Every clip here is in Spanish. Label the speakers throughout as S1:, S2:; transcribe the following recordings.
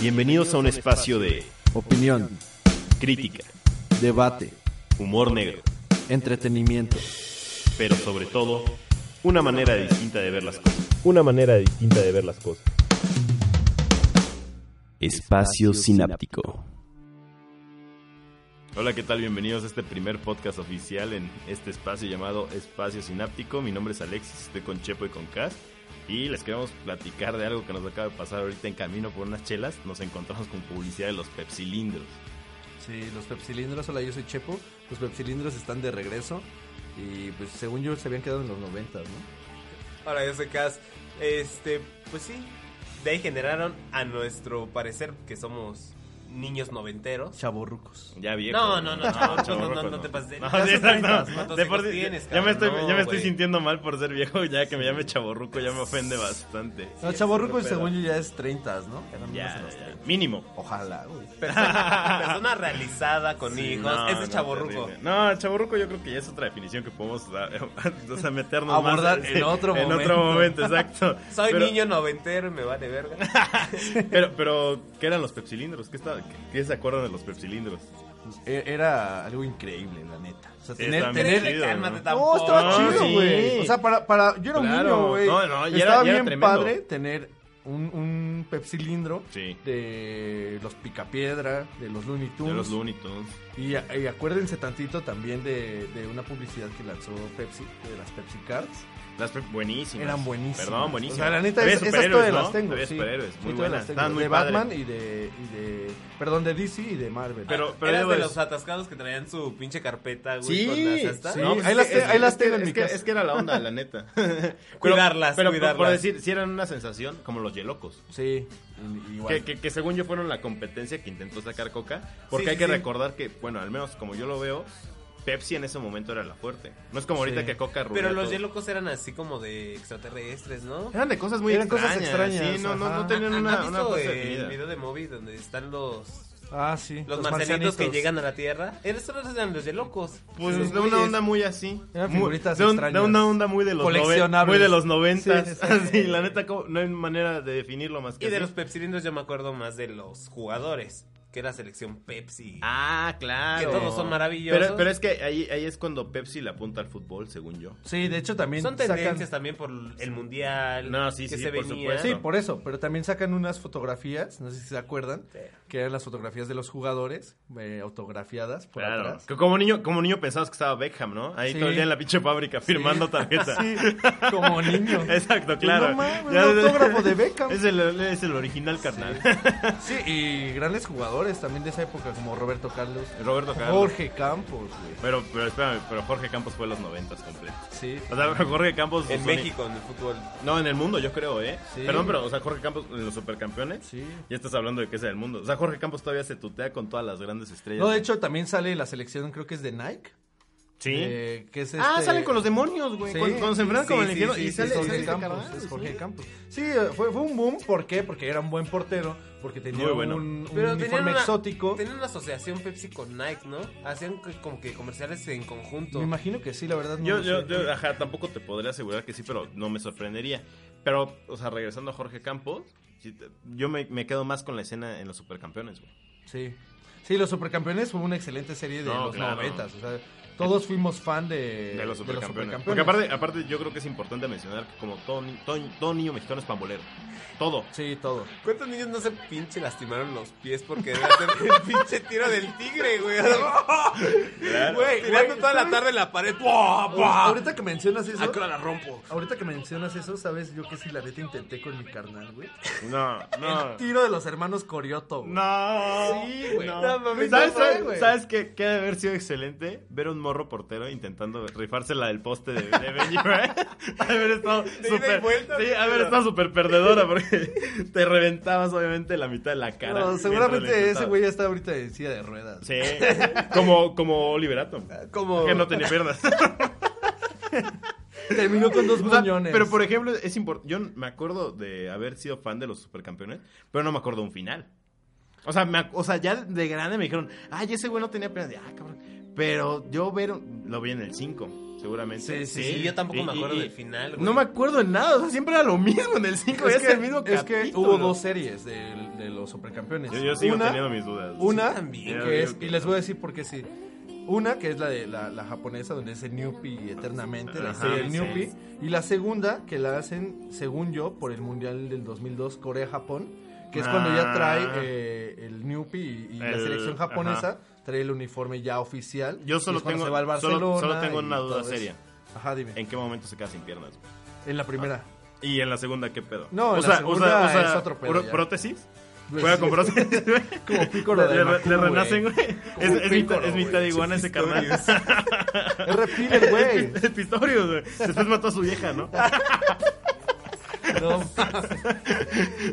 S1: Bienvenidos a un espacio de
S2: Opinión,
S1: crítica,
S2: debate,
S1: humor negro,
S2: entretenimiento.
S1: pero sobre todo, una manera distinta de ver las cosas.
S3: una manera distinta de ver las cosas.
S4: Espacio Sináptico.
S1: Hola, ¿qué tal? Bienvenidos a este primer podcast oficial en este espacio llamado Espacio Sináptico. Mi nombre es Alexis, estoy con Chepo y con Cas. Y les queremos platicar de algo que nos acaba de pasar ahorita en camino por unas chelas. Nos encontramos con publicidad de los pepsilindros.
S5: Sí, los pepsilindros, hola, yo soy Chepo. Los pepsilindros están de regreso. Y pues según yo se habían quedado en los noventas, ¿no?
S6: Ahora yo soy Cas. Este, pues sí. De ahí generaron, a nuestro parecer, que somos niños noventeros.
S5: Chavorrucos.
S1: Ya viejo.
S6: No, no, no, no, no, no, no, no te pases de-
S1: No,
S6: ¿Cuántos
S1: sí, exacto.
S6: años? ¿Cuántos
S1: De por
S6: años
S1: sí,
S6: tienes,
S1: ya me
S6: cabrón?
S1: estoy,
S6: No,
S1: ya me estoy
S6: güey.
S1: sintiendo mal por ser viejo, ya que me llame chaborruco ya me ofende bastante.
S5: No, chavorrucos según yo ya es treintas, ¿no? Eran
S1: Ya,
S5: más en los
S1: ya,
S5: treintas.
S1: mínimo.
S5: Ojalá, güey.
S6: Persona, persona realizada con
S1: Sí,
S6: hijos.
S1: no,
S6: Ese
S1: no,
S6: es chaborruco.
S1: terrible. No, chaborruco yo creo que ya es otra definición que podemos dar, o sea, meternos
S5: Abordar
S1: más,
S5: en otro
S1: En
S5: momento.
S1: otro momento, exacto.
S6: soy
S1: Pero-
S6: niño noventero y me vale verga.
S1: Pero, pero, ¿qué eran los pepsilindros? ¿Qué, está, ¿Qué se acuerdan de los pepsilindros?
S5: E- Era algo increíble, la neta. O sea,
S1: Sí,
S5: tener.
S1: está
S5: tener...
S1: bien chido,
S6: Cálmate
S1: ¿no?
S6: tampoco.
S5: No, estaba
S1: No,
S5: chido,
S1: sí.
S5: güey. O sea, para, para. Yo
S1: Claro.
S5: era un niño, güey.
S1: No, no, ya era-
S5: estaba
S1: ya era
S5: bien
S1: tremendo.
S5: padre tener un, un pepsilindro
S1: Sí.
S5: de los Picapiedra, de los Looney Tunes.
S1: De los Looney Tunes.
S5: Y, y acuérdense tantito también de, de una publicidad que lanzó Pepsi, de las Pepsi Cards.
S1: Las pep- buenísimas.
S5: Eran buenísimas.
S1: Perdón, buenísimas.
S5: O sea, la neta,
S1: Había
S5: es, esas
S1: superhéroes,
S5: todas
S1: ¿no?
S5: las tengo.
S1: Había
S5: sí.
S1: superhéres,
S5: Sí,
S1: muy
S5: todas
S1: buenas.
S5: las tengo.
S1: Estaban muy
S5: de
S1: padres.
S5: Batman y de, y de. Perdón, de DC y de Marvel.
S1: Pero- pero
S6: Eras
S1: debo
S6: de
S1: de-
S6: los atascados que traían su pinche carpeta, güey,
S5: Sí,
S6: con las estas.
S5: sí.
S1: No, pues
S5: ahí
S1: es
S5: las
S1: que-
S5: te-
S1: es
S5: ahí
S1: que-
S5: las tengo en
S1: es
S5: mi
S1: que-
S5: casa.
S1: Es que era la onda, la neta. Pero-
S6: Cuidarlas,
S1: pero, por- Por
S6: cuidarlas.
S1: decir, si eran una sensación como los yelocos.
S5: Sí, y- igual.
S1: Que, que- que según yo fueron la competencia que intentó sacar Coca. Porque
S6: Sí,
S1: hay
S6: sí,
S1: que
S6: sí.
S1: recordar que, bueno, al menos como yo lo veo, Pepsi en ese momento era la fuerte. No es como ahorita
S5: Sí.
S1: que Coca ruleó
S6: Pero los
S1: todo.
S6: yelocos eran así como de extraterrestres, ¿no?
S1: Eran de cosas muy
S5: Eran
S1: extrañas.
S5: cosas extrañas,
S1: sí, no, no, no
S5: ajá.
S1: tenían
S6: ¿Han- han
S1: una,
S6: visto
S1: una cosa
S6: el
S1: definida.
S6: video de Moby donde están los
S5: Ah, sí.
S6: los, marcianitos que llegan a la Tierra? Esos no eran los de locos.
S1: Pues
S5: Sí,
S1: de
S5: güeyes.
S1: una onda muy así.
S5: Eran
S1: Muy-
S5: figuritas
S1: de, un- de
S5: extrañas.
S1: una onda muy de los noven-
S5: Coleccionables.
S1: Muy de los noventas.
S5: Sí, sí, sí.
S1: Así, la neta, como- no hay manera de definirlo más que
S6: Y de
S1: así.
S6: los pepsilindros yo me acuerdo más de los jugadores, que era selección Pepsi.
S1: Ah, claro.
S6: Que todos son maravillosos.
S1: Pero, pero es que ahí, ahí es cuando Pepsi le apunta al fútbol, según yo.
S5: Sí, de hecho también.
S6: Son
S5: sacan-
S6: tendencias también por el mundial
S1: No, sí,
S6: que
S1: sí,
S6: se
S1: por
S6: venía.
S1: supuesto.
S5: Sí, por eso, pero también sacan unas fotografías, no sé si se acuerdan,
S6: Sí.
S5: que eran las fotografías de los jugadores, eh, autografiadas por
S1: Claro.
S5: atrás.
S1: Que como niño, como niño pensabas que estaba Beckham, ¿no? Ahí
S5: Sí.
S1: todo el día en la pinche fábrica firmando tarjeta.
S5: Sí, como niño.
S1: Exacto, claro.
S5: No mames,
S1: Ya-
S5: un autógrafo de Beckham.
S1: Es el, es el original, carnal.
S5: Sí, y grandes jugadores también de esa época, como Roberto Carlos,
S1: Roberto Carlos.
S5: Jorge Campos, güey.
S1: Pero, pero espérame, pero Jorge Campos fue en los noventas completo.
S5: Sí.
S1: O sea, Jorge Campos...
S6: En
S1: Sony-
S6: México, en el fútbol.
S1: No, en el mundo, yo creo, ¿eh?
S5: Sí.
S1: Perdón, pero, o sea, Jorge Campos en los supercampeones.
S5: Sí.
S1: Ya estás hablando de que es del mundo. O sea, Jorge Campos todavía se tutea con todas las grandes estrellas.
S5: No, de hecho, también sale la selección, creo que es de Nike.
S1: Sí.
S5: eh, que es
S1: Ah,
S5: este-
S1: salen con los demonios, güey.
S5: Sí.
S1: cuando, cuando se enfrentan
S5: Sí,
S1: con el
S5: sí,
S1: infierno
S5: sí,
S1: y
S5: sí,
S1: sale,
S5: es
S1: sale
S5: Jorge
S1: este
S5: Campos.
S1: carnal,
S5: es
S1: sí.
S5: Jorge Campos. Sí, eh, fue, fue un boom. ¿Por qué? Porque era un buen portero. Porque tenía
S1: Muy bueno.
S5: un, un
S6: Pero tenían
S5: uniforme
S6: una,
S5: exótico.
S6: tenían una asociación Pepsi con Nike, ¿no? Hacían que- como que comerciales en conjunto.
S5: Me imagino que sí, la verdad. no
S1: Yo,
S5: lo
S1: yo,
S5: sé.
S1: yo, ah. ajá, tampoco te podría asegurar que sí, pero no me sorprendería. Pero, o sea, regresando a Jorge Campos, sí te- yo me, me quedo más con la escena en los supercampeones, güey.
S5: Sí. Sí, los Supercampeones fue una excelente serie de
S1: No,
S5: los
S1: claro.
S5: noventas. O sea, todos fuimos fan de,
S1: De los supercampeones.
S5: supercampeones.
S1: Porque aparte, aparte yo creo que es importante mencionar que como todo, ni- todo, todo niño mexicano es pambolero. Todo.
S5: Sí, todo.
S6: ¿Cuántos niños no se pinche lastimaron los pies porque debe hacer el pinche tiro del tigre, güey? Güey, tirando toda la tarde en la pared. ¡Buah, buah!
S5: Ahorita que mencionas eso.
S6: ¿A qué hora la rompo?
S5: Ahorita que mencionas eso, ¿sabes? Yo que sí, la neta intenté con mi carnal, güey.
S1: No, no.
S5: El tiro de los hermanos Corioto, güey.
S1: No.
S5: Sí, güey.
S1: No.
S5: No, mami,
S1: ¿Sabes,
S5: no fue,
S1: sabes-
S5: güey.
S1: sabes qué, qué ha de haber sido excelente? Ver un morro portero intentando rifársela del poste de, de Benji, güey. haber estado
S6: ida y
S1: súper...
S6: vuelta,
S1: Sí,
S6: güey.
S1: haber estado súper perdedora porque te reventabas obviamente la mitad de la cara.
S5: No,
S1: mientras le
S5: seguramente ese
S1: intentabas.
S5: güey ya está ahorita en silla de ruedas.
S1: Sí, como, como Liberato.
S6: Como...
S1: Que no tenía piernas.
S5: Terminó con dos
S1: O sea,
S5: muñones.
S1: pero por ejemplo, es importante. Yo me acuerdo de haber sido fan de los supercampeones, pero no me acuerdo un final. O sea, me ac- o sea, ya de grande me dijeron, ay, ese güey no tenía pena de, ah, cabrón. Pero yo ver, lo vi en el 5, seguramente.
S6: Sí, sí, sí, yo tampoco
S1: Y-
S6: me
S1: y-
S6: acuerdo
S1: y-
S6: del final, güey.
S1: No me acuerdo de nada, o sea, siempre era lo mismo en el 5, es, el mismo
S5: es que
S1: capítulo.
S5: hubo dos series de, de los supercampeones.
S1: Yo, yo sigo
S5: una,
S1: teniendo mis dudas.
S5: una
S6: Sí, también,
S1: yo
S5: que
S1: digo
S5: es,
S1: que
S5: y les voy a decir por qué sí. Una que es la de la, la japonesa donde es el Newpie eternamente, la
S1: Ajá,
S5: serie del
S1: sí.
S5: Newpie. Y la segunda que la hacen, según yo, por el Mundial del 2002 Corea-Japón, que es cuando ya trae
S1: Ah.
S5: eh, el Newpie y, y la
S1: El-
S5: selección japonesa trae el uniforme ya oficial.
S1: Yo
S5: y es
S1: solo
S5: cuando
S1: tengo-
S5: se va al
S1: solo- solo
S5: Barcelona
S1: tengo
S5: y
S1: una duda
S5: todo eso.
S1: seria.
S5: Ajá, dime. En,
S1: ¿En qué momento se queda sin piernas?
S5: la primera.
S1: ¿Y en la segunda qué pedo?
S5: No, en la segunda es otro pedo
S1: ¿pro-
S5: ya.
S1: ¿Prótesis?
S5: Pues
S1: ¿Juega
S5: sí.
S1: con prótesis? güey?
S5: Como Piccolo de
S1: le,
S5: Macu,
S1: le
S5: güey.
S1: renacen, güey. Es, es, mitad,
S5: Piccolo,
S1: es mitad
S5: güey.
S1: iguana ese carnal.
S5: Es reptil el güey.
S1: Es Pistorius, güey. Después mató a su vieja, ¿no?
S5: No,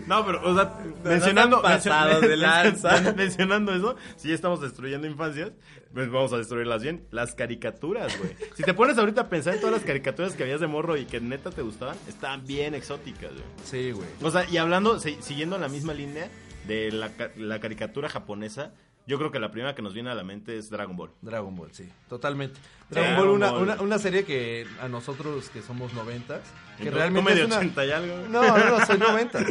S1: No, pero, o sea,
S6: no
S1: mencionando.
S6: están pasados
S1: mencio-
S6: de lanza.
S1: Mencionando eso, si ya estamos destruyendo infancias, pues vamos a destruirlas bien. Las caricaturas, güey. Si te pones ahorita a pensar en todas las caricaturas que habías de morro y que neta te gustaban, estaban bien exóticas, güey.
S5: Sí, güey.
S1: O sea, y hablando, si- siguiendo la misma línea de la, ca- la caricatura japonesa, yo creo que la primera que nos viene a la mente es Dragon Ball.
S5: Dragon Ball, sí, totalmente. Dragon
S1: Dragon
S5: Ball, una,
S1: Ball.
S5: Una, una serie que a nosotros que somos noventas, que
S1: Tú-
S5: realmente
S1: tú medio
S5: es una...
S1: 80 y algo.
S5: No, no, no, soy noventas.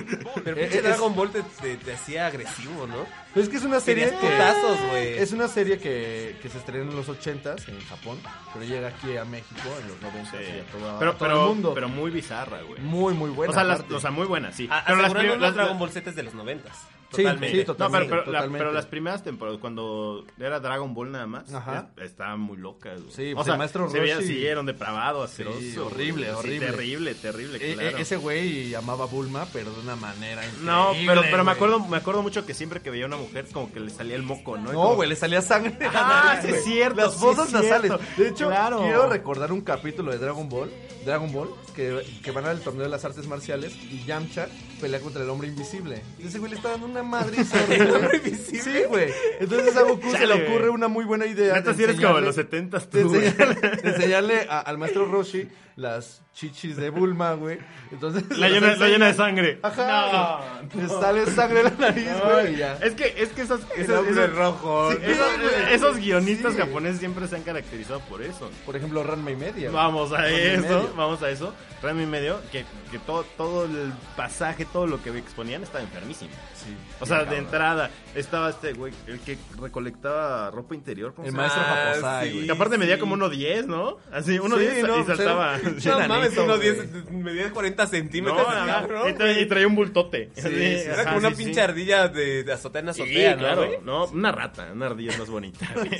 S6: Pero
S5: Eh,
S6: pinche
S5: es-
S6: Dragon Ball te, te- te hacía agresivo, ¿no?
S5: Pero es que es una serie
S6: Tenías
S5: que...
S6: putazos, güey.
S5: Es una serie que, que se estrenó en los ochentas en Japón, pero llega aquí a México en los noventas
S1: Sí.
S5: y a todo, a
S1: Pero,
S5: todo
S1: pero,
S5: el mundo.
S1: pero muy bizarra, güey.
S5: muy, muy buena.
S1: O sea, las,
S5: aparte.
S1: o sea, muy buenas, sí.
S6: A-
S1: pero las,
S6: asegurando
S1: prim-
S6: los
S1: las-
S6: Dragon Ball Z es de los noventas.
S5: Sí,
S6: Totalmente.
S5: sí,
S1: No, pero-
S5: Totalmente,
S1: pero, la-
S5: totalmente.
S1: pero las primeras temporadas, cuando era Dragon Ball nada más,
S5: Ajá.
S1: es- estaban muy locas. güey.
S5: Sí,
S1: o
S5: pues
S1: sea,
S5: el maestro
S1: se veían,
S5: Roshi-
S1: sí, eran depravado, asqueroso.
S5: Sí,
S1: güey.
S5: horrible,
S1: Sí,
S5: horrible.
S1: terrible, terrible,
S5: Eh, eh,
S1: claro.
S5: ese güey amaba a Bulma, pero de una manera increíble,
S1: No, pero, pero me
S5: güey.
S1: acuerdo me acuerdo mucho que siempre que veía a una mujer como que le salía el moco, ¿no? Y
S5: No,
S1: como-
S5: güey, le salía sangre. de la
S1: Ah,
S5: nariz,
S1: sí es
S5: güey.
S1: cierto,
S5: Las
S1: sí
S5: fosas
S1: es
S5: nasales.
S1: cierto.
S5: De hecho,
S1: Claro.
S5: quiero recordar un capítulo de Dragon Ball, Dragon Ball, que, que van al torneo de las artes marciales y Yamcha pelea contra el hombre invisible. Y ese güey le está dando una madriza. güey. Sí, güey. Entonces a Goku se
S1: Chale,
S5: le ocurre
S1: güey.
S5: una muy buena idea.
S1: Neta,
S5: de
S1: sí eres como
S5: enseñarle-
S1: de los E 70
S5: de
S1: tú, güey.
S5: enseñarle, de enseñarle a- al maestro Roshi las chichis de Bulma, güey. Entonces
S1: La llena, la llena de sangre.
S5: Ajá. Le sale sangre de la nariz, güey. y ya.
S1: Es que, es que esas, esas-
S6: hombre
S1: esas-
S6: rojo.
S1: Sí, esos,
S5: güey.
S1: esos guionistas
S5: Sí.
S1: japoneses siempre se han caracterizado por eso.
S5: Por ejemplo, Ranma y media. güey.
S1: Vamos a
S5: y
S1: eso,
S5: medio.
S1: vamos a eso. Ranma y medio, que, que todo, todo el pasaje, todo lo que exponían estaba enfermísimo.
S5: Sí.
S1: O sea, de
S5: Cabrón.
S1: entrada, estaba este güey, el que recolectaba ropa interior. ¿cómo
S5: El
S1: se
S5: maestro
S6: Ah,
S5: Japosai,
S6: sí.
S1: llama?
S5: güey.
S1: Que aparte medía como
S6: sí.
S1: 1.10, ¿no? Así,
S5: Sí,
S1: 1.10
S5: no,
S1: y
S5: pues
S1: saltaba.
S5: era un pinche
S6: No mames,
S5: enanito,
S6: uno
S5: güey.
S6: 10, medía 40
S1: No,
S6: centímetros.
S1: ajá.
S6: cabrón.
S1: Y tra- y traía un bultote.
S6: Sí,
S1: Así,
S6: era
S1: ajá,
S6: como una
S1: sí, sí.
S6: pinche ardilla de, de azotea en
S1: Sí,
S6: azotea, ¿no,
S1: claro.
S6: güey?
S1: No, una rata, una ardilla es más bonita. güey.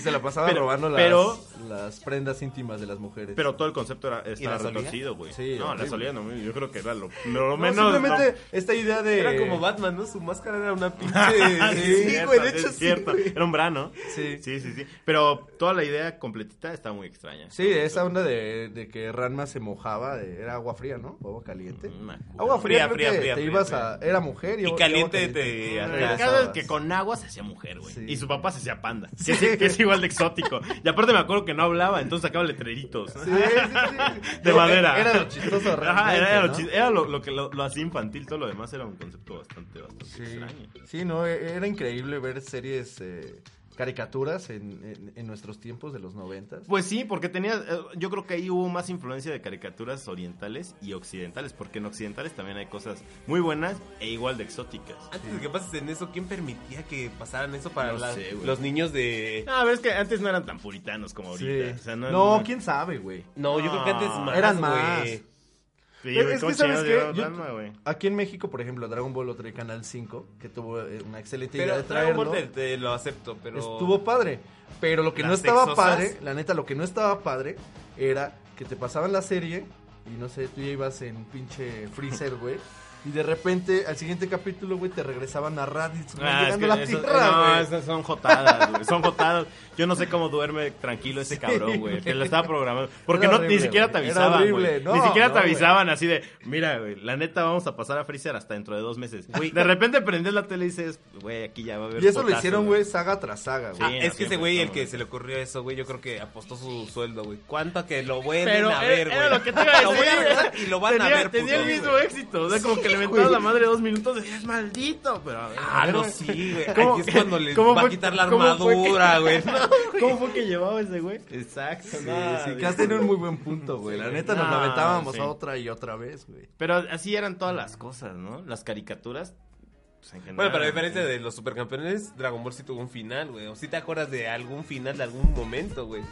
S5: Se la pasaba
S1: Pero-
S5: robando las,
S1: pero-
S5: las prendas íntimas de las mujeres.
S1: Pero todo el concepto era, estaba
S6: la solía?
S1: retorcido, güey.
S5: Sí,
S1: no, la
S5: horrible.
S1: solía no, yo creo que era lo, lo
S5: No,
S1: menos...
S5: simplemente esta idea de.
S6: Era como Batman, ¿no? Su máscara era una
S1: Ah,
S6: pinche...
S1: sí,
S5: Sí,
S1: es cierto,
S5: güey, de
S1: sí,
S5: hecho
S1: es
S5: sí,
S1: cierto.
S5: güey.
S1: Era un brano.
S5: Sí.
S1: Sí, sí, sí. Pero toda la idea completita está muy extraña.
S5: Sí, esa onda de, de que Ranma se mojaba, de- era agua fría, ¿no? Agua caliente.
S1: No me acuerdo.
S5: Agua fría,
S6: Fría,
S5: creo
S6: fría,
S5: que
S6: fría,
S5: te
S6: fría,
S5: ibas
S6: fría.
S5: a. Era mujer y,
S6: Y
S5: agua-
S6: caliente
S5: agua
S6: te
S5: Ah,
S1: El
S6: atrasabas.
S1: caso es que con agua se hacía mujer, güey.
S5: Sí.
S1: Y su papá se hacía panda. que
S5: Sí.
S1: es- Que, es igual de exótico. Y aparte me acuerdo que no hablaba, entonces sacaba letreritos.
S5: Sí, sí, sí.
S1: De madera.
S5: Era lo chistoso,
S1: Ajá, era,
S5: realmente,
S1: lo,
S5: ¿no?
S1: chis- era lo, lo que lo, lo hacía infantil, todo lo demás era un concepto bastante, bastante
S5: Sí.
S1: extraño.
S5: Sí, no, e- era increíble ver series, eh, caricaturas en, en- en nuestros tiempos de los noventas.
S1: Pues sí, porque tenía, eh, yo creo que ahí hubo más influencia de caricaturas orientales y occidentales, porque en occidentales también hay cosas muy buenas e igual de exóticas.
S6: Antes de que pases en eso, ¿quién permitía que pasaran eso para
S1: No
S6: la-
S1: sé, güey.
S6: los niños de...?
S1: No, pero es Ah, que antes no eran tan puritanos como ahorita.
S5: Sí.
S1: O sea, no,
S5: no,
S1: no-
S5: quién sabe, güey.
S6: No, yo creo que antes
S1: Ah,
S6: más,
S5: eran
S6: güey.
S1: Sí,
S5: Es-
S1: güey,
S5: es
S1: ¿cómo
S5: que, ¿sabes
S1: chingados
S5: qué?
S1: llevaron
S5: Yo-
S1: Ranma, güey?
S5: Aquí en México, por ejemplo, Dragon Ball lo trae Canal 5, que tuvo eh, una excelente idea
S6: Pero
S5: de
S6: Dragon Ball
S5: traerlo.
S6: te, te lo acepto, pero...
S5: Estuvo padre. Pero lo que no
S6: ¿Las
S5: estaba
S6: sexosas?
S5: padre, la neta, lo que no estaba padre era que te pasaban la serie y no sé, tú ya ibas en pinche freezer, güey. Y de repente, al siguiente capítulo, güey, te regresaban a Raditz, güey,
S1: Ah, es
S5: llegando
S1: que
S5: a la
S1: eso-
S5: tierra,
S1: no,
S5: güey.
S1: esas son jotadas, güey. Son jotadas. Yo no sé cómo duerme tranquilo ese
S5: Sí,
S1: cabrón, güey. Que
S5: güey.
S1: lo estaba programando. Porque
S5: Era
S1: no, ni
S5: horrible,
S1: siquiera te
S5: güey. Era
S1: avisaban.
S5: horrible.
S1: güey.
S5: No,
S1: ni siquiera
S5: no,
S1: te
S5: güey.
S1: avisaban así de, mira, güey, la neta vamos a pasar a Freezer hasta dentro de dos meses. De repente prendes la tele y dices, güey, aquí ya va a haber.
S5: Y eso lo
S1: potazo,
S5: hicieron, güey, saga tras saga,
S1: Sí,
S5: güey.
S1: no,
S6: Ah, es que ese
S1: siempre
S6: güey, el
S1: estamos.
S6: que se le ocurrió eso, güey, yo creo que apostó su sueldo, güey. ¿Cuánto a que lo vuelven
S1: Pero
S6: a
S1: era-
S6: ver, güey?
S1: era lo que te iba a
S6: Lo voy a
S1: decir.
S6: ver y lo van
S1: tenía,
S6: a ver,
S1: tenía el
S6: puto,
S1: mismo
S6: güey.
S1: éxito. O sea, como que le mentabas la madre dos minutos, decías, maldito, pero a ver.
S6: Ah, no, sí, güey.
S1: ¿Cómo-
S6: Aquí es cuando le
S1: cómo
S6: va a
S1: fue-
S6: quitar la
S1: cómo fue que-
S6: armadura, güey. No,
S1: ¿Cómo fue que llevaba ese güey? Exacto. nada,
S5: Sí,
S1: güey.
S5: que has tenido un muy buen punto, güey. La neta nos
S1: No,
S5: lamentábamos
S1: sí.
S5: a otra y otra vez, güey.
S1: Pero así eran todas las cosas, ¿no? Las caricaturas. pues, en general,
S6: Bueno, pero a diferencia
S1: ¿no?
S6: de los supercampeones, Dragon Ball sí tuvo un final, güey. O si te acuerdas de algún final de algún momento, güey.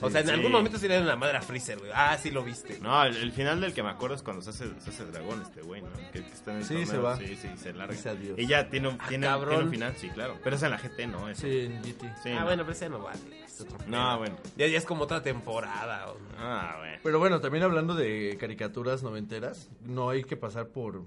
S6: O sea, en
S1: sí.
S6: algún momento se le dieron la madre a Freezer, güey. Ah, sí lo viste.
S1: No, el, el final del que me acuerdo es cuando se hace, se hace dragón este güey, ¿no? Que, que está en el
S5: Sí, se
S1: torneo,
S5: va.
S1: Sí, sí, se larga.
S5: Dice adiós.
S1: Y ya tiene un,
S6: Ah,
S1: tiene,
S6: cabrón.
S1: tiene un final, sí, claro. Pero es en la GT, ¿no? Eso.
S5: Sí, en GT.
S1: Sí,
S6: ah,
S1: no.
S6: bueno, pero ese no vale. es otro
S1: No,
S6: pedo.
S1: bueno.
S6: Ya, ya es como otra temporada. o-
S1: Ah, bueno.
S5: Pero bueno, también hablando de caricaturas noventeras, no hay que pasar por,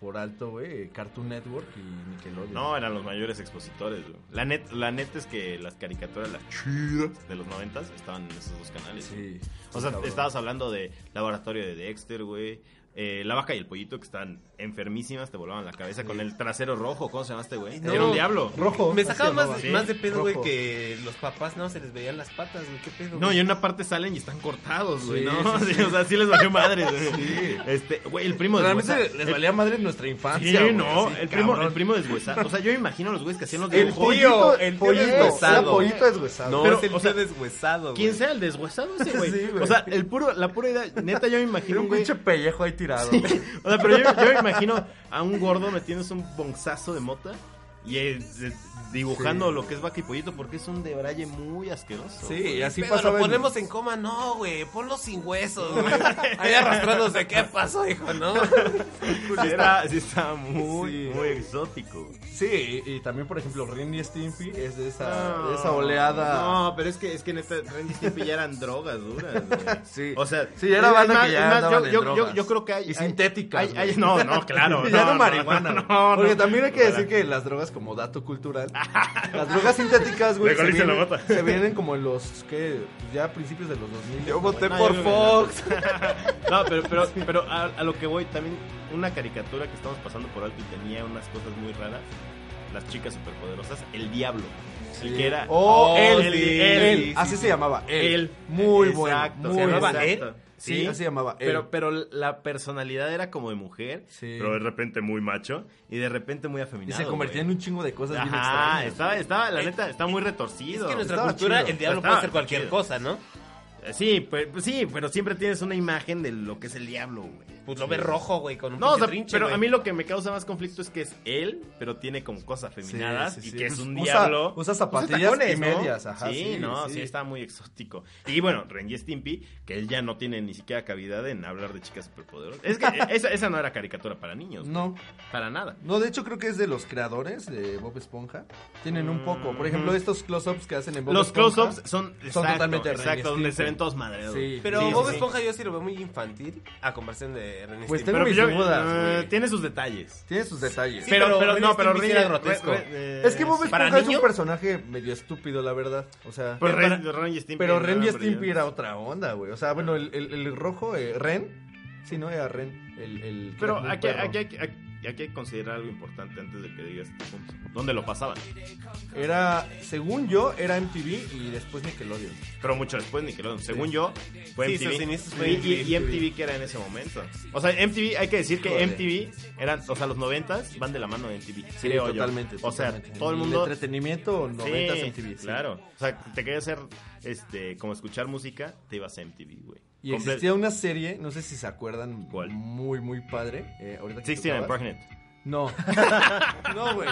S5: por alto, güey, Cartoon Network y Nickelodeon.
S1: No, eran los mayores expositores, güey. La, net, la neta es que las caricaturas, las chidas de los noventas, estaban en esos dos canales.
S5: Sí.
S1: O sea,
S5: cabrón.
S1: estabas hablando de Laboratorio de Dexter, güey. eh, la vaca y el pollito que están enfermísimas, te volaban la cabeza con el trasero rojo. ¿Cómo se llama este güey?
S6: No.
S1: Era un diablo.
S5: Rojo.
S6: Me sacaba
S5: Así se
S6: más,
S1: sí.
S6: más de pedo, güey,
S5: Rojo.
S6: que los papás no se les veían las patas, güey. ¿Qué pedo?
S1: No,
S6: güey?
S1: y en una parte salen y están cortados, güey,
S5: Sí,
S1: ¿no?
S5: sí,
S1: Sí, o sea, sí les valió madre, güey. Este, güey, el primo
S5: Realmente
S1: deshuesado.
S5: les valía madre nuestra
S1: Sí,
S5: infancia. güey,
S1: no,
S5: así,
S1: el primo,
S5: cabrón.
S1: el primo deshuesado. O sea, yo me imagino a los güeyes que hacían los
S6: El
S1: dibujos.
S6: tío, el tío
S5: pollito,
S6: deshuesado.
S5: el pollito deshuesado.
S6: No,
S1: pero,
S6: es el
S1: o
S6: tío
S1: sea,
S6: deshuesado, güey.
S1: Quien sea el deshuesado ese güey.
S5: Sí, güey.
S1: o sea, el puro, la pura idea, neta yo me
S5: Tiene
S1: imagino
S5: un
S1: güey.
S5: pinche pellejo ahí tirado. güey.
S1: O sea, pero yo, yo me imagino a un gordo metiéndose un bonzazo de mota y eh, de- dibujando
S5: Sí.
S1: lo que es vaca y pollito porque es un debraye muy asqueroso.
S5: Sí,
S1: güey.
S5: y así
S6: Pero
S5: pasaba.
S6: lo
S5: en-
S6: ponemos en coma, no, güey, ponlo sin huesos, güey. Ahí arrastrándose, ¿qué pasó, hijo, no?
S1: Sí está, sí está muy,
S5: Sí.
S1: muy exótico. güey.
S5: Sí, y, y también, por ejemplo, Ren y Stimpy es de esa,
S1: No,
S5: de esa oleada.
S1: No, pero es que, es que neta, Ren y Stimpy este ya eran drogas duras, güey.
S5: Sí.
S1: O sea,
S5: Sí, era
S1: es
S5: banda que ya
S1: yo,
S5: andaban en
S1: yo-
S5: drogas.
S1: yo- yo creo que hay.
S5: Y
S1: hay-
S5: sintéticas,
S1: hay- hay-
S5: güey.
S1: no, no, claro.
S5: ya no, marihuana.
S1: No,
S5: güey.
S1: no,
S5: Porque
S1: no.
S5: también hay que decir que las drogas, como dato cultural, las drogas sintéticas, güey, se,
S1: Legalicen la
S5: vienen-
S1: mota.
S5: se vienen como en los, ¿qué? Ya a principios de los 2000.
S6: Yo voté
S1: No,
S6: por
S1: yo creo
S6: Fox.
S1: No, pero, pero, pero a, a lo que voy, también una caricatura que estamos pasando por alto y tenía unas cosas muy raras. Las chicas superpoderosas, el diablo. El que era.
S5: Oh,
S6: Oh,
S5: él,
S1: sí,
S5: él,
S1: sí,
S5: así
S6: sí,
S5: se llamaba, él.
S1: Él.
S5: Muy
S1: Exacto,
S5: bueno.
S1: se
S5: muy
S1: llamaba
S5: bueno.
S1: Él.
S5: Sí, así se llamaba, él.
S1: Pero, pero la personalidad era como de mujer,
S5: Sí.
S1: pero de repente muy macho y de repente muy
S5: Y
S1: afeminado.
S5: se convertía en un chingo de cosas bien
S1: Ajá,
S5: extrañas.
S1: estaba, estaba, la neta, está muy
S6: Es
S1: retorcido.
S6: que en nuestra
S5: Estaba
S6: cultura
S5: chido.
S6: el diablo
S1: Estaba
S6: puede ser cualquier
S1: chido.
S6: cosa, ¿no?
S1: Sí, pues, pues sí, pero siempre tienes una imagen de lo que es el diablo, güey.
S6: Pues lo ves rojo, güey, con un
S1: No, o
S6: pinche
S1: sea,
S6: trinche,
S1: pero
S6: güey.
S1: a mí lo que me causa más conflicto es que es él, pero tiene como cosas
S5: Sí,
S1: afeminadas
S5: sí,
S1: y
S5: sí.
S1: que es un
S5: Usa-
S1: diablo.
S5: Usa zapatillas y
S1: ¿no?
S5: medias, ajá.
S1: sí, no, sí. está muy exótico. Y bueno, Ren y Stimpy, que él ya no tiene ni siquiera cavidad en hablar de chicas superpoderosas. Es que esa, esa no era caricatura para niños,
S5: No,
S1: para nada.
S5: No, de hecho creo que es de los creadores de Bob Esponja. Tienen un poco. Por ejemplo,
S1: Ujú.
S5: estos close-ups que hacen en Bob
S1: Mm. Los
S5: Esponja.
S1: close-ups son, exacto,
S5: totalmente Ren y
S1: exacto, donde
S5: Stimpy.
S1: se ven todos madreados.
S5: Sí.
S6: Pero
S1: Sí, sí,
S6: Bob
S1: sí.
S6: Esponja yo sí lo veo muy infantil a comparación de Ren y
S5: Pues
S6: Stimpy.
S1: Pero
S5: tengo mis
S1: yo-
S5: dudas,
S1: eh,
S5: güey.
S1: tiene sus detalles.
S5: Tiene sus detalles.
S6: Sí,
S1: pero,
S6: pero
S1: pero,
S6: Ren y
S1: no, pero
S6: Stimpy sí
S1: Ren
S6: era
S1: Ren-
S6: grotesco.
S1: Ren- eh,
S5: es que Bob
S6: ¿para
S5: Esponja es un
S6: niños?
S5: personaje medio estúpido, la verdad. O sea, eh,
S1: Pero
S5: pero,
S1: Pues Ren, Ren y Stimpy. no
S5: Ren y
S1: eran
S5: Stimpy
S1: brillantes.
S5: era otra onda, güey. O sea, bueno, el, el- el rojo, eh, Ren. Sí, no era Ren. El, el que
S1: Pero
S5: era como un
S1: aquí,
S5: perro.
S1: aquí, aquí, aquí hay que considerar algo importante antes de que digas este punto. ¿Dónde lo pasaban?
S5: Era, según yo, era MTV y después Nickelodeon.
S1: Pero mucho después Nickelodeon. Según yo, fue
S6: Sí,
S1: MTV.
S6: sus inicios fue
S1: y,
S6: MTV.
S1: y- y MTV que era en ese momento. O sea, MTV, hay que decir que
S5: Híjole.
S1: MTV eran, o sea, los noventas van de la mano de MTV. creo yo.
S5: totalmente.
S1: O sea,
S5: totalmente.
S1: todo el
S5: En
S1: mundo.
S5: entretenimiento, 90
S1: Sí,
S5: MTV. sí.
S1: Claro. O sea, te quería hacer, este, como escuchar música, te ibas a MTV, güey.
S5: Y
S1: Comple-
S5: existía una serie, no sé si se acuerdan,
S1: ¿Cuál?
S5: muy, muy padre. Eh, ahorita que
S1: 16 and
S5: tocabas.
S1: Pregnant.
S5: No,
S6: No, güey.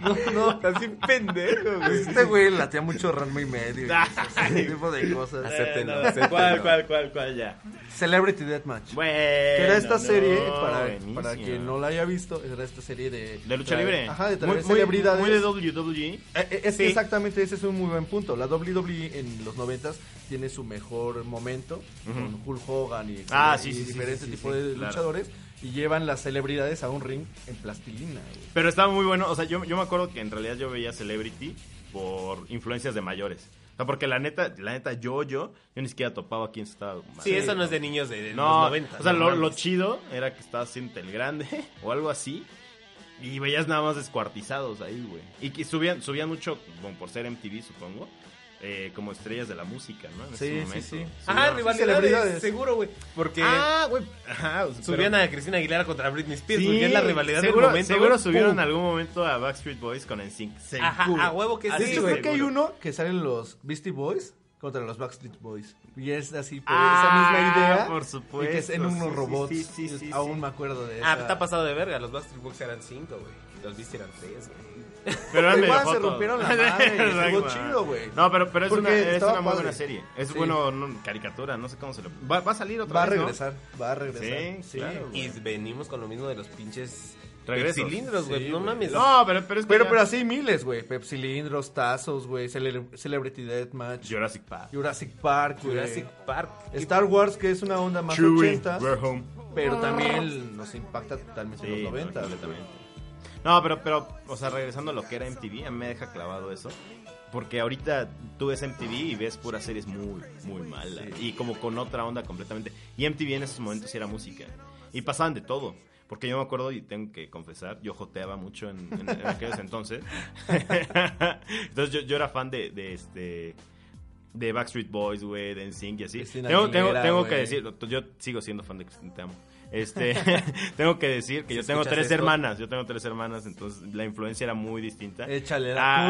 S5: no, no.
S6: Estás bien pendejo, güey.
S5: Este güey latea mucho Ranma y medio. y ese tipo de cosas.
S6: Acéptenlo,
S1: Eh, no,
S6: acéptenlo.
S1: ¿Cuál, cuál, cuál, cuál ya?
S5: Celebrity Deathmatch.
S1: Bueno.
S5: que era esta
S1: no,
S5: serie, para,
S1: buenísimo.
S5: para quien no la haya visto, era esta serie de...
S1: De lucha
S5: traer-
S1: libre.
S5: Ajá,
S1: muy,
S5: de traer
S1: muy-
S5: celebridades.
S1: muy de E. WWE.
S5: Eh, eh, es que
S1: Sí.
S5: exactamente ese es un muy buen punto. La WWE en los noventas tiene su mejor momento con Hulk Hogan y,
S1: Ah,
S5: y
S1: sí, sí, sí,
S5: diferentes
S1: sí, sí,
S5: tipos
S1: sí,
S5: de
S1: claro.
S5: luchadores y llevan las celebridades a un ring en plastilina. güey.
S1: Pero estaba muy bueno. O sea, yo, yo me acuerdo que en realidad yo veía Celebrity por influencias de mayores. O sea, porque la neta, la neta, yo, yo, yo ni siquiera topaba quién se estaba.
S6: Sí, eso no es de niños de, de
S1: No,
S6: los 90.
S1: o sea,
S6: no
S1: lo,
S6: mames.
S1: lo chido era que estabas siendo el grande o algo así. Y veías nada más descuartizados ahí, güey. Y que subían, subían mucho, como por ser MTV, supongo. eh, como estrellas de la música, ¿no? En
S5: Sí,
S1: ese
S5: sí,
S1: momento.
S5: sí.
S6: Ah, rivalidades,
S5: celebridades.
S6: seguro, güey. Porque
S1: Ah, güey. Ajá, o sea,
S6: subían
S1: pero-
S6: a Cristina Aguilera contra Britney Spears,
S1: Sí,
S6: porque es la rivalidad
S1: seguro,
S6: del momento.
S1: Seguro
S6: güey.
S1: subieron
S6: ¡Pum!
S1: en algún momento a Backstreet Boys con NSYNC.
S6: Ajá,
S1: seguro.
S6: a huevo que
S1: Así
S5: De
S6: sí,
S5: hecho,
S1: güey.
S5: creo que hay uno que salen los Beastie Boys contra los Backstreet Boys. Y es así, por
S1: Ah,
S5: esa misma idea.
S1: por supuesto,
S5: Y que es en
S1: sí,
S5: unos
S1: sí,
S5: robots.
S1: sí, sí, sí, sí.
S5: aún
S1: pues
S5: me acuerdo de
S6: Ah,
S5: esa.
S6: está pasado de verga. Los Backstreet Boys eran cinco, güey. Los viste eran tres, güey.
S1: Pero eran medio
S5: Igual se
S1: jotos.
S5: rompieron la madre, estuvo
S1: Exacto.
S5: chido, güey.
S1: No, pero, pero es
S5: Porque
S1: una, es
S5: estaba
S1: una muy
S5: padre.
S1: buena serie. Es
S5: Sí.
S1: bueno, no, caricatura, no sé cómo se lo. Va, va a salir otra
S5: Va a
S1: vez. ¿no?
S5: regresar, va a regresar.
S1: Sí, claro,
S6: Y
S1: güey.
S6: venimos con lo mismo de los pinches
S1: Regresos.
S6: cilindros, güey.
S5: Sí,
S6: no
S5: güey.
S6: mames.
S1: No, pero, pero es que.
S5: Pero,
S1: ya-
S5: pero así miles, güey. Pepsilindros, Tazos, güey. Cele- Celebrity Deathmatch.
S1: Jurassic Park.
S5: Jurassic Park, güey.
S6: Jurassic Park.
S5: Star Wars, que es una onda más
S1: Chewie,
S5: 80
S1: we're home.
S5: Pero también nos impacta totalmente
S1: Sí,
S5: los 90
S1: no, completamente. No, pero, pero, o sea, regresando a lo que era MTV, a mí me deja clavado eso. Porque ahorita tú ves MTV y ves puras series muy, muy malas. Y como con otra onda completamente. Y MTV en esos momentos sí era música. Y pasaban de todo. Porque yo me acuerdo, y tengo que confesar, yo joteaba mucho en, en- en aquellos entonces. entonces yo, yo era fan de, de este... De Backstreet Boys, güey, de NSYNC y así.
S5: Cristina
S1: Tengo, tengo,
S5: Aguilera,
S1: tengo que
S5: güey.
S1: decir, yo sigo siendo fan de Cristina, te amo. Este, tengo que decir que yo
S6: Si
S1: tengo
S6: escuchas
S1: tres
S6: esto-
S1: hermanas, yo tengo tres hermanas, entonces la influencia era muy distinta. Ah,
S5: Échale la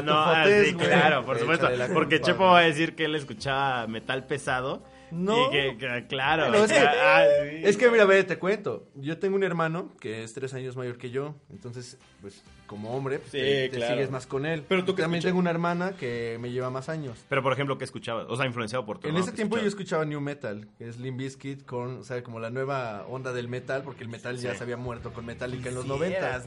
S1: No,
S5: de tu
S1: no, ah,
S5: fotés,
S1: sí,
S5: güey.
S1: claro, por
S5: Échale
S1: supuesto.
S5: la
S1: Porque
S5: culpa,
S1: Chepo
S5: güey.
S1: va a decir que él escuchaba metal pesado.
S5: No.
S1: Y que, que- claro.
S5: Bueno, es, que,
S1: ah, sí.
S5: es que, mira, ve, te cuento. Yo tengo un hermano que es tres años mayor que yo. Entonces, pues, como hombre, pues,
S1: Sí,
S5: te, te
S1: claro.
S5: sigues más con él.
S1: Pero tú qué
S5: También
S1: escuchas.
S5: tengo una hermana que me lleva más años.
S1: Pero por ejemplo, ¿qué escuchabas? O sea, influenciado por tu
S5: En
S1: hermano,
S5: ese
S1: ¿qué
S5: tiempo yo
S1: escuchabas?
S5: escuchaba New Metal, que es Limp Bizkit con, o sea, como la nueva onda del metal, porque el metal ya
S1: Sí.
S5: se había muerto con Metallica en los
S6: Quisieras,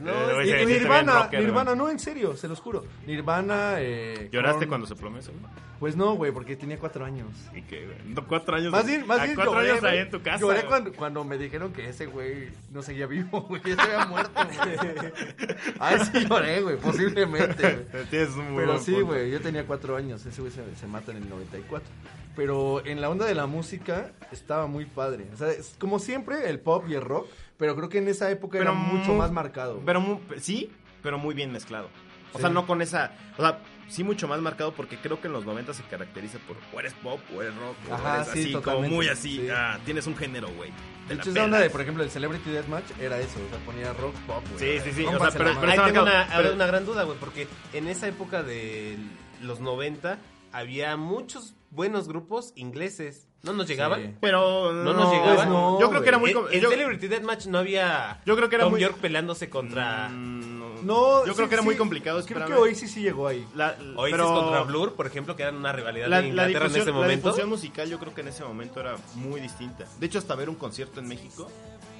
S5: noventas.
S6: ¿no?
S1: Eh, güey, sí,
S5: Y-
S1: sí, está bien
S5: Nirvana,
S1: rocker,
S5: Nirvana,
S1: güey.
S5: no, en serio, se los juro. Nirvana, eh,
S1: ¿Lloraste
S5: Korn-
S1: cuando se plomeó eso? güey?
S5: Pues no, güey, porque tenía cuatro años.
S1: Y que, güey, no, cuatro años.
S5: Más bien, más
S1: a
S5: bien
S1: cuatro
S5: lloré,
S1: años
S5: güey.
S1: ahí en tu casa.
S5: Lloré
S1: güey.
S5: cuando, cuando me dijeron que ese güey no seguía vivo, güey, ya se había muerto, güey. Ay, sí lloré, güey, posiblemente, güey.
S1: Tienes un muy
S5: Pero
S1: buen
S5: sí,
S1: punto.
S5: güey, yo tenía cuatro años, ese güey se, se mata en el 94. Pero en la onda de la música estaba muy padre. O sea, es como siempre, el pop y el rock, pero creo que en esa época era mucho
S1: mu-
S5: más marcado. güey.
S1: mm, Pero mu- sí, pero muy bien mezclado. O
S5: Sí.
S1: sea, no con esa. O sea, sí mucho más marcado porque creo que en los 90 se caracteriza por o eres pop o eres rock. O
S5: Ajá,
S1: eres
S5: sí,
S1: así, como
S5: totalmente,
S1: muy así.
S5: sí.
S1: ah, tienes un género, güey. te
S5: de
S1: la
S5: hecho, esa onda de,
S1: pelas.
S5: por ejemplo, el Celebrity Deathmatch era eso, o sea, ponía rock, pop, güey.
S1: Sí, sí, sí, o sea,
S5: Rómpanse la
S1: pero-
S5: madre.
S6: Ahí
S1: está
S6: tengo
S1: marcado.
S6: una,
S1: Pero-
S6: una gran duda, güey, porque en esa época de los 90 había muchos buenos grupos ingleses. ¿No nos llegaban?
S5: Sí.
S1: Pero.
S6: No, nos llegaban.
S5: pues no,
S1: yo creo que era muy.
S6: En,
S1: com-
S6: en
S1: yo-
S6: Celebrity Deathmatch no había
S1: Yo creo que era
S6: Tom
S1: muy-
S6: York peleándose contra
S1: Mm,
S5: No,
S1: Yo
S5: sí,
S1: creo que era muy
S5: sí,
S1: complicado.
S5: Creo que
S1: espérame.
S5: hoy sí sí llegó ahí.
S1: La-
S6: Oasis
S1: pero-
S6: contra Blur, por ejemplo, que eran una rivalidad
S1: La,
S6: de
S1: la
S6: Inglaterra en
S1: difusión,
S6: ese
S1: la
S6: momento.
S1: difusión musical yo creo que en ese momento era muy distinta. De hecho, hasta ver un concierto en México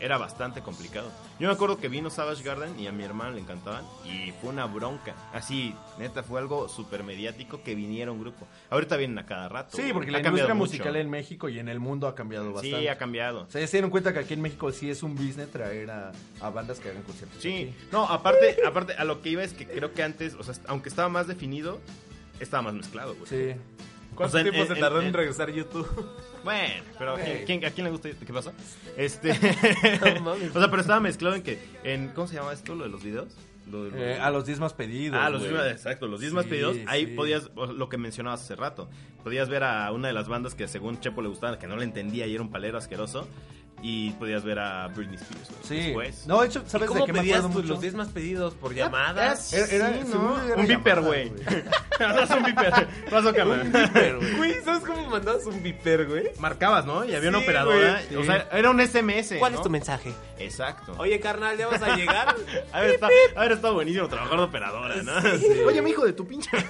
S1: era bastante complicado. Yo me acuerdo que vino Savage Garden y a mi hermana le encantaban y fue una bronca. Así, neta, fue algo súper mediático que viniera un grupo. Ahorita vienen a cada rato.
S5: Sí,
S1: güey.
S5: porque
S1: Ha
S5: la
S1: cambiado
S5: industria
S1: mucho.
S5: musical en México y en el mundo ha cambiado bastante.
S1: Sí, ha cambiado.
S5: O sea, ya se dieron cuenta que aquí en México sí es un business traer a, a bandas que hagan conciertos.
S1: Sí,
S5: aquí.
S1: no, aparte, aparte, a lo que iba es que creo que antes, o sea, aunque estaba más definido, estaba más mezclado, güey.
S5: Sí.
S6: ¿Cuánto
S1: O sea, en-
S6: tiempo se
S1: en-
S6: tardó en,
S1: en-
S6: regresar YouTube?
S1: Bueno, pero ¿quién-
S5: Güey.
S1: quién- ¿a quién le gusta? ¿Qué pasó? Este.
S6: No mames.
S1: o sea, pero estaba mezclado en que. En, ¿Cómo se llama esto? ¿Lo de los videos? Lo de los-
S5: Eh, a los 10 más pedidos.
S1: Ah, los
S5: güey.
S1: 10 más, exacto, los 10 más
S5: Sí,
S1: pedidos. Ahí
S5: sí.
S1: podías, o sea, lo que mencionabas hace rato, podías ver a una de las bandas que según Chepo le gustaba, que no le entendía y era un palero asqueroso, y podías ver a Britney Spears. güey,
S5: Sí.
S1: Después.
S5: No, de hecho, ¿sabes de
S6: ¿Cómo
S5: qué me
S6: pedías
S5: acuerdo
S6: tú
S5: mucho?
S6: los 10 más pedidos por llamadas?
S5: Era, era-
S1: Sí, ¿no?
S5: según yo era
S1: Un viper,
S5: llamada,
S1: güey. Haz un viper. Vas a
S5: Viper, güey.
S6: Güey, ¿sabes cómo mandabas un viper, güey?
S1: Marcabas, ¿no? Y había una
S6: Sí,
S1: operadora.
S6: güey,
S1: O sea, era un SMS.
S6: ¿Cuál
S1: ¿no?
S6: es tu mensaje?
S1: Exacto.
S6: Oye, carnal, ¿ya vas a llegar?
S1: Haber estado, haber estado buenísimo trabajar de operadora, ¿no? Oye, mi hijo de tu pinche.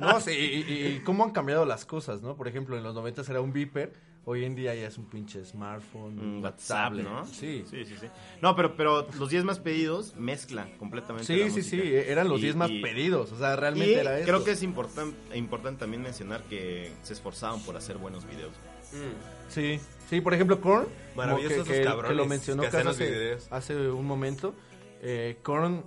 S5: No, sí, y, y- y cómo han cambiado las cosas, ¿no? Por ejemplo, en los 90 era un viper, hoy en día ya es un pinche smartphone, un
S1: Mm, WhatsApp,
S5: tablet.
S1: ¿no?
S5: Sí.
S1: sí, sí, sí. No, pero, pero los 10 más pedidos mezcla completamente. la
S5: Sí, sí,
S1: música.
S5: sí, eran los
S1: Y-
S5: 10 más
S1: y-
S5: pedidos, o sea,
S1: Y
S5: realmente era eso.
S1: creo que es importante importante también mencionar que se esforzaban por hacer buenos videos.
S6: Mm.
S5: Sí, sí, por ejemplo, Korn.
S6: Maravillosos
S5: como que-
S6: esos
S5: que-
S6: cabrones
S5: Que lo mencionó
S6: que hacen
S5: Carlos
S6: los
S5: hace,
S6: videos.
S5: hace un momento. Eh, Korn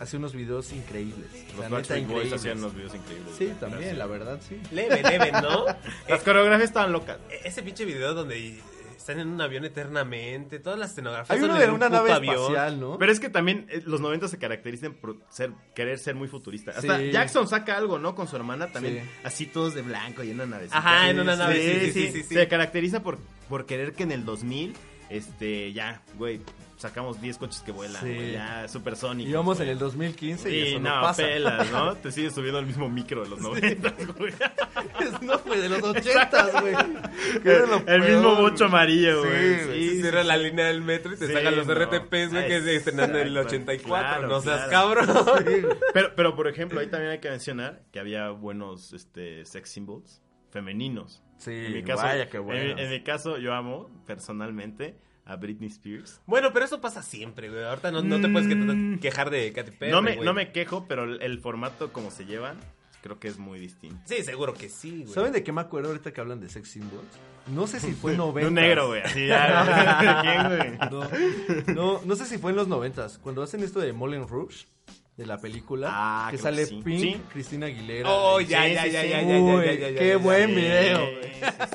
S5: hace unos videos increíbles.
S1: Los
S5: la neta,
S1: Backstreet Boys
S5: increíbles.
S1: hacían unos videos increíbles.
S5: Sí,
S1: güey.
S5: también,
S1: Gracias.
S5: la verdad, sí.
S6: leve, leve, ¿no? Eh,
S1: Las coreografías estaban locas.
S6: E- Ese pinche video donde eh, están en un avión eternamente, todas las escenografías
S5: Hay
S6: son
S5: uno
S6: en
S5: de
S6: un
S5: una
S6: puto
S5: nave
S6: avión.
S5: espacial, ¿no?
S1: Pero es que también eh, los 90 se caracterizan por ser, querer ser muy futurista. Hasta
S5: Sí.
S1: Jackson saca algo, ¿no? Con su hermana también.
S5: Sí.
S1: Así todos de blanco y en una nave.
S6: Ajá, en una nave, sí, sí, sí, sí, sí.
S1: Se caracteriza por, por querer que en el 2000, este, ya, güey, sacamos 10 coches que vuelan,
S5: Sí.
S1: güey, ya, supersónicos.
S5: Y vamos
S1: güey.
S5: en el 2015 y
S1: Sí,
S5: eso
S1: no,
S5: no, pasa.
S1: pelas, ¿no? Te sigues subiendo al mismo micro de los 90, güey.
S5: no, güey, de los 80, güey. Que era lo
S1: El mismo
S5: peor,
S1: bocho amarillo,
S5: Sí,
S1: güey.
S5: güey,
S6: Sí, cierra la línea del metro y te
S1: Sí,
S6: sacan los
S1: no.
S6: RTPs, güey, que se estrenan en el
S1: Exacto,
S6: 84.
S1: claro,
S6: no seas
S1: claro.
S6: cabrón.
S1: Pero, pero por ejemplo, ahí también hay que mencionar que había buenos este, sex symbols femeninos.
S5: Sí,
S1: En mi caso,
S5: vaya que
S1: en,
S5: bueno.
S1: mi- en mi caso, yo amo personalmente a Britney Spears.
S6: Bueno, pero eso pasa siempre, güey. Ahorita no, no te puedes que-
S1: Mm.
S6: quejar de Katy Perry.
S1: no, me,
S6: güey.
S1: no me quejo, pero el, el formato como se llevan, creo que es muy distinto.
S6: Sí, seguro que sí, güey.
S5: ¿Saben de qué me acuerdo ahorita que hablan de sex symbols? No sé si fue 90.
S1: De Un negro, güey. Así ya. ¿Quién, güey?
S5: No, no, no sé si fue en los 90. Cuando hacen esto de Moulin Rouge, de la película,
S1: Ah,
S5: que
S1: creo que
S5: sale
S1: sí.
S5: Pink,
S1: Sí.
S5: Cristina Aguilera.
S6: Oh,
S5: Sí,
S6: ya,
S5: sí,
S6: ya,
S5: sí,
S6: ya,
S5: sí.
S6: ya, ya,
S5: Uy,
S6: ya, ya, ya,
S5: Qué
S6: ya,
S5: buen
S1: Sí,
S5: video, güey.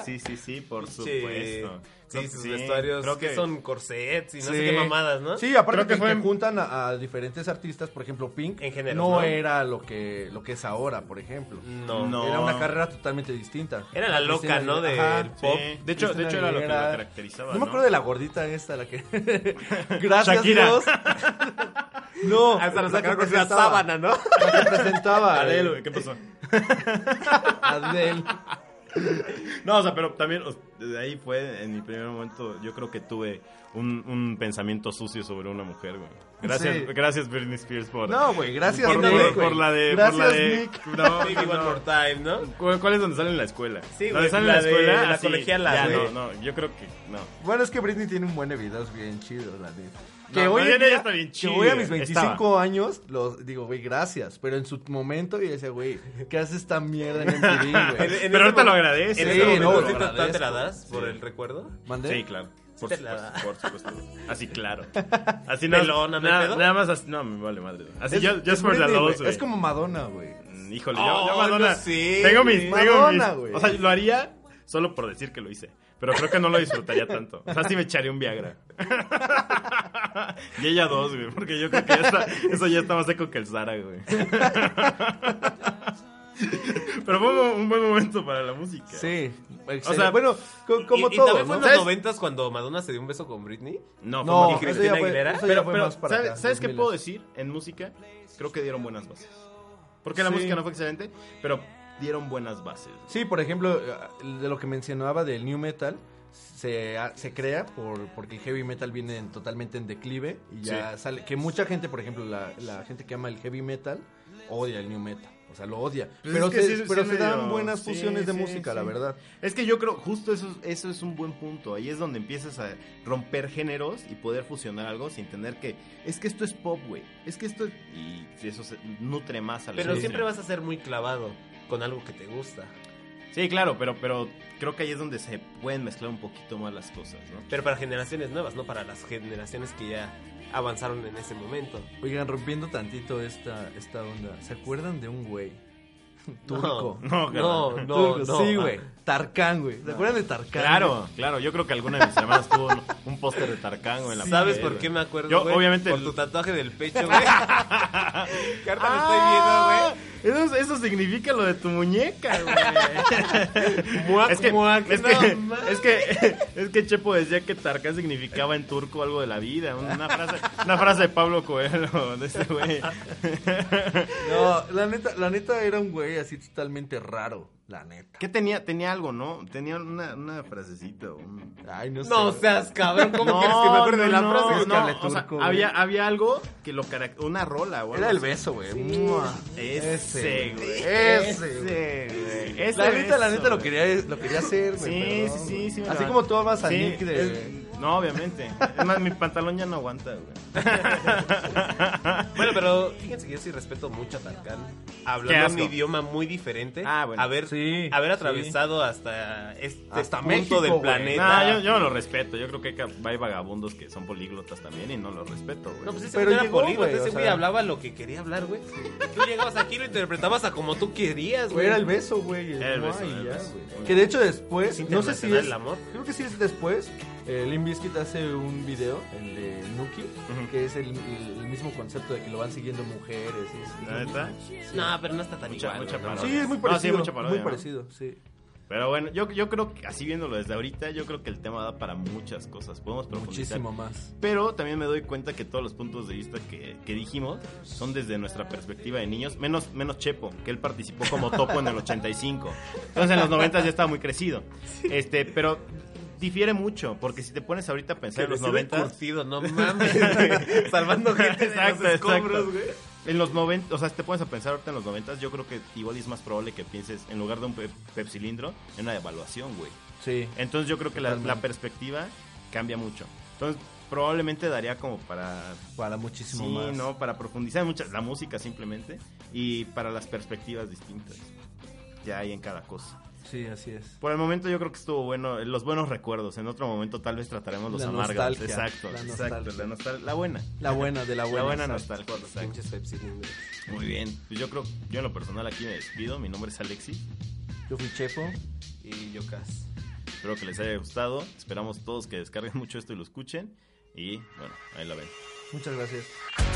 S1: Sí, sí, sí, por
S6: Pinche-
S1: supuesto. Creo
S6: Sí,
S1: que
S6: sus vestuarios
S1: Creo
S6: que
S1: que
S6: son corsets y no
S5: Sí.
S6: sé qué mamadas, ¿no?
S5: Sí, aparte
S1: Creo que
S5: que,
S1: fue-
S5: que juntan a, a diferentes artistas, por ejemplo, Pink
S6: En géneros,
S5: no,
S6: ¿no?
S5: era lo que, lo que es ahora, por ejemplo.
S6: No.
S1: No.
S5: Era una carrera totalmente distinta.
S6: Era la loca,
S5: Cristina
S6: ¿no? Del
S5: Aguilera, ajá.
S1: Sí.
S6: pop.
S1: De hecho, de
S5: Cristina
S1: hecho era lo que la
S5: Aguilera.
S1: caracterizaba.
S5: No me acuerdo de la gordita esta, la que... Gracias,
S1: Shakira.
S5: Dios. no.
S6: Hasta nos
S5: la que
S6: sacaron con la
S5: presentaba.
S6: sábana, ¿no?
S5: La que presentaba.
S1: Adele,
S5: eh,
S1: güey, ¿qué pasó?
S5: Adele.
S1: No, o sea, pero también o sea, de ahí fue en mi primer momento. Yo creo que tuve un, un pensamiento sucio sobre una mujer, güey. Gracias,
S5: Sí.
S1: gracias Britney Spears por.
S5: No, güey, gracias,
S1: por,
S5: Nick,
S1: por-
S5: güey.
S1: por la de.
S5: Gracias,
S1: por la de
S5: Nick.
S1: No,
S6: Baby One More Time, ¿no?
S1: ¿Cu- ¿Cuál es donde sale en la escuela?
S6: Sí,
S1: Donde
S6: güey,
S1: sale
S6: la
S1: en la
S6: de
S1: escuela.
S6: la
S1: así,
S6: colegiala,
S1: ya,
S6: güey.
S1: No, no, yo creo que no.
S5: Bueno, es que Britney tiene un buen de videos bien chidos, la neta. Que
S1: No,
S5: hoy,
S1: no,
S5: en
S1: ya
S5: día-
S1: está bien
S5: que
S1: chido,
S5: hoy a mis
S1: estaba.
S5: 25 años, los digo, güey, gracias. Pero en su momento, y decía, güey, ¿qué hace esta mierda en MTV,
S1: Pero
S5: güey?
S6: en
S1: ahorita
S6: ese
S1: lo
S6: mo-
S1: agradece.
S6: En
S5: Sí,
S6: ese momento,
S5: no,
S6: ¿sí
S5: lo
S6: te- ¿tú te la
S5: agradezco.
S6: das por
S1: Sí.
S6: el recuerdo?
S5: ¿Mandé?
S1: Sí, claro. Por
S6: Te la-
S1: supuesto, por supuesto. Así, claro. Así
S6: Pelona, ¿no hay
S1: nada,
S6: pedo?
S1: nada más así. No, me vale madre. Así,
S5: Es-
S1: just, just
S5: es
S1: for the
S5: Britney, güey.
S1: lows, güey.
S5: Es como Madonna, güey.
S1: Mm, Híjole,
S6: Oh,
S1: yo, yo Madonna.
S6: no sé,
S1: tengo
S6: güey.
S1: mis, tengo
S5: Madonna,
S1: mis.
S5: güey.
S1: O sea, lo haría solo por decir que lo hice. Pero creo que no lo disfrutaría tanto. O sea, sí me echaría un Viagra. y ella dos, güey. Porque yo creo que ya está- eso ya está más seco que el Zara, güey. Pero fue un, mo- un buen momento para la música.
S5: Sí.
S1: O sea,
S5: excelente. bueno, co- como
S6: y, y
S5: todo,
S6: también
S5: ¿no?
S6: fue en los
S1: ¿Sabes?
S6: noventas cuando Madonna se dio un beso con Britney.
S1: No, fue
S5: No,
S1: muy
S6: ¿Y
S5: eso ya
S6: Cristina
S5: fue-
S6: Aguilera?
S5: eso ya
S1: Pero,
S5: fue
S1: pero,
S5: más para
S1: ¿sabes,
S5: acá,
S1: ¿sabes qué
S5: 2000s?
S1: puedo decir? En música, creo que dieron buenas bases. Porque la
S5: Sí.
S1: música no fue excelente, pero dieron buenas bases.
S5: Sí, por ejemplo, eh, de lo que mencionaba del new metal, se, ah, se crea por, porque el heavy metal viene en- totalmente en declive y ya sale. Que mucha gente, por ejemplo, la, la gente que ama el heavy metal odia el new metal. O sea, lo odia.
S1: Pues
S5: pero
S1: es que
S5: se,
S1: sí,
S5: pero
S1: sí
S5: se dan
S1: medio-
S5: buenas
S1: sí,
S5: fusiones de
S1: sí,
S5: música,
S1: sí.
S5: la verdad.
S1: Es que yo creo, justo eso, eso es un buen punto. Ahí es donde empiezas a romper géneros y poder fusionar algo sin tener que. Es que esto es pop, güey. Es que esto. es-". Y eso se nutre más a la
S6: Pero
S1: industria.
S6: siempre vas a ser muy clavado con algo que te gusta.
S1: Sí, claro, pero, pero creo que ahí es donde se pueden mezclar un poquito más las cosas, ¿no?
S6: Pero para generaciones nuevas, no para las generaciones que ya avanzaron en ese momento.
S5: Oigan, rompiendo tantito esta, esta onda. ¿Se acuerdan de un güey? Turco.
S1: No,
S6: No, no, no. Ah,
S5: Turco, sí, güey. Tarkan, güey. ¿Se acuerdan de Tarkan?
S1: Claro, claro. Yo creo que alguna de mis hermanas tuvo un, un póster de Tarcango en la
S6: ¿Sabes
S1: pared,
S6: por
S1: güey.
S6: qué me acuerdo?
S1: Yo,
S6: güey?
S1: obviamente,
S6: Por
S1: el-
S6: tu tatuaje del pecho, güey. Carta,
S1: Ah,
S6: lo estoy
S1: Eso, eso significa lo de tu muñeca, güey.
S6: Muac,
S1: es que,
S6: muac,
S1: es,
S6: no
S1: que,
S6: mames.
S1: es que es que Chepo decía que Tarkan significaba en turco algo de la vida. Una frase, una frase de Pablo Coelho, de este güey.
S5: No, la neta, la neta era un güey así totalmente raro. La neta.
S1: ¿Qué tenía? Tenía algo, ¿no? Tenía una, una frasecita. un-
S5: Ay, no sé.
S6: viendo, güey. No seas cabrón, ¿cómo
S1: No,
S6: quieres que me acuerde de la
S1: no,
S6: frase?
S1: no,
S5: Hable
S1: o sea,
S5: turco, güey.
S1: había, había algo que lo caracterizaba. Una rola, güey.
S5: Era el beso, güey. Mua.
S1: Ese, güey.
S5: Ese, güey.
S1: Ese, güey.
S5: La neta, la
S1: beso,
S5: neta lo
S1: güey.
S5: quería, lo quería hacer, güey.
S1: Sí,
S5: perdón,
S1: sí, sí,
S5: güey.
S1: sí. me
S5: Así
S1: lo-
S5: como tú amas a
S1: Sí,
S5: Nick de.
S1: es- No, obviamente. Es más, mi pantalón ya no aguanta, güey.
S6: Bueno, pero fíjense que yo sí respeto mucho a Tarkan.
S1: Qué
S6: Hablando
S1: asco.
S6: un idioma muy diferente.
S1: Ah, bueno.
S6: Haber,
S5: Sí,
S6: haber
S5: sí.
S6: atravesado hasta este
S5: Hasta
S6: punto
S5: México,
S6: del
S5: güey.
S6: planeta.
S1: No, yo, yo no lo respeto. Yo creo que hay ca- hay vagabundos que son políglotas también y no los respeto, güey.
S6: No, pues ese
S5: Pero
S6: güey no era
S5: llegó,
S6: políglota,
S5: güey,
S6: ese
S5: o
S6: güey
S5: sea.
S6: hablaba lo que quería hablar, güey. Tú llegabas aquí y lo interpretabas a como tú querías,
S5: Güey,
S6: güey.
S5: era el beso, güey.
S1: Era el beso,
S5: Ay,
S1: era el
S5: ya,
S1: beso.
S5: güey. Que de hecho después, no sé si
S6: internacional
S5: es.
S6: el amor.
S5: Creo que sí es después. Eh, Limp Bizkit hace un video, el de Nuki, que es el, el- el mismo concepto de que lo van siguiendo mujeres. y es-
S1: ¿La neta?
S6: No, pero no está tan
S1: Mucha-
S6: igual.
S1: mucha
S6: güey, no
S1: parodia.
S5: Sí, es muy
S1: No,
S5: parecido.
S1: sí, mucha parodia,
S5: muy
S1: ¿no?
S5: parecido, sí.
S1: Pero bueno, yo, yo creo que así viéndolo desde ahorita, yo creo que el tema da para muchas cosas. Podemos profundizar.
S5: Muchísimo más.
S1: Pero también me doy cuenta que todos los puntos de vista que, que dijimos son desde nuestra perspectiva de niños, menos, menos Chepo, que él participó como topo en el 85. Entonces en los 90 ya estaba muy crecido. Este, pero difiere mucho, porque si te pones ahorita a pensar en los 90...
S6: curtido, no mames. güey. Salvando gente de
S1: Exacto,
S6: los
S1: exacto.
S6: escombros, güey.
S1: En los 90, o sea, si te pones a pensar ahorita en los 90, yo creo que igual es más probable que pienses, en lugar de un pep- pepsilindro, en una evaluación, güey.
S5: Sí.
S1: Entonces yo creo que la,
S5: Totalmente.
S1: la perspectiva cambia mucho. Entonces probablemente daría como para
S5: Para muchísimo
S1: sí,
S5: más.
S1: no, para profundizar mucho la música simplemente y para las perspectivas distintas que hay en cada cosa.
S5: Sí, así es.
S1: Por el momento yo creo que estuvo bueno, eh, los buenos recuerdos. En otro momento tal vez trataremos los
S5: La
S1: amargos.
S5: nostalgia,
S1: Exacto,
S5: la
S1: exacto,
S5: nostalgia.
S1: la, nostal- la buena.
S5: La buena, de la buena.
S1: La buena
S5: exacto.
S1: nostalgia. exacto.
S6: Pinches pepsilindros.
S1: Muy bien. Pues yo creo, yo en lo personal aquí me despido. Mi nombre es Alexis.
S5: Yo fui Chepo.
S6: Y yocas.
S1: Espero que les haya gustado. Esperamos todos que descarguen mucho esto y lo escuchen. Y bueno, ahí la ven.
S5: Muchas gracias.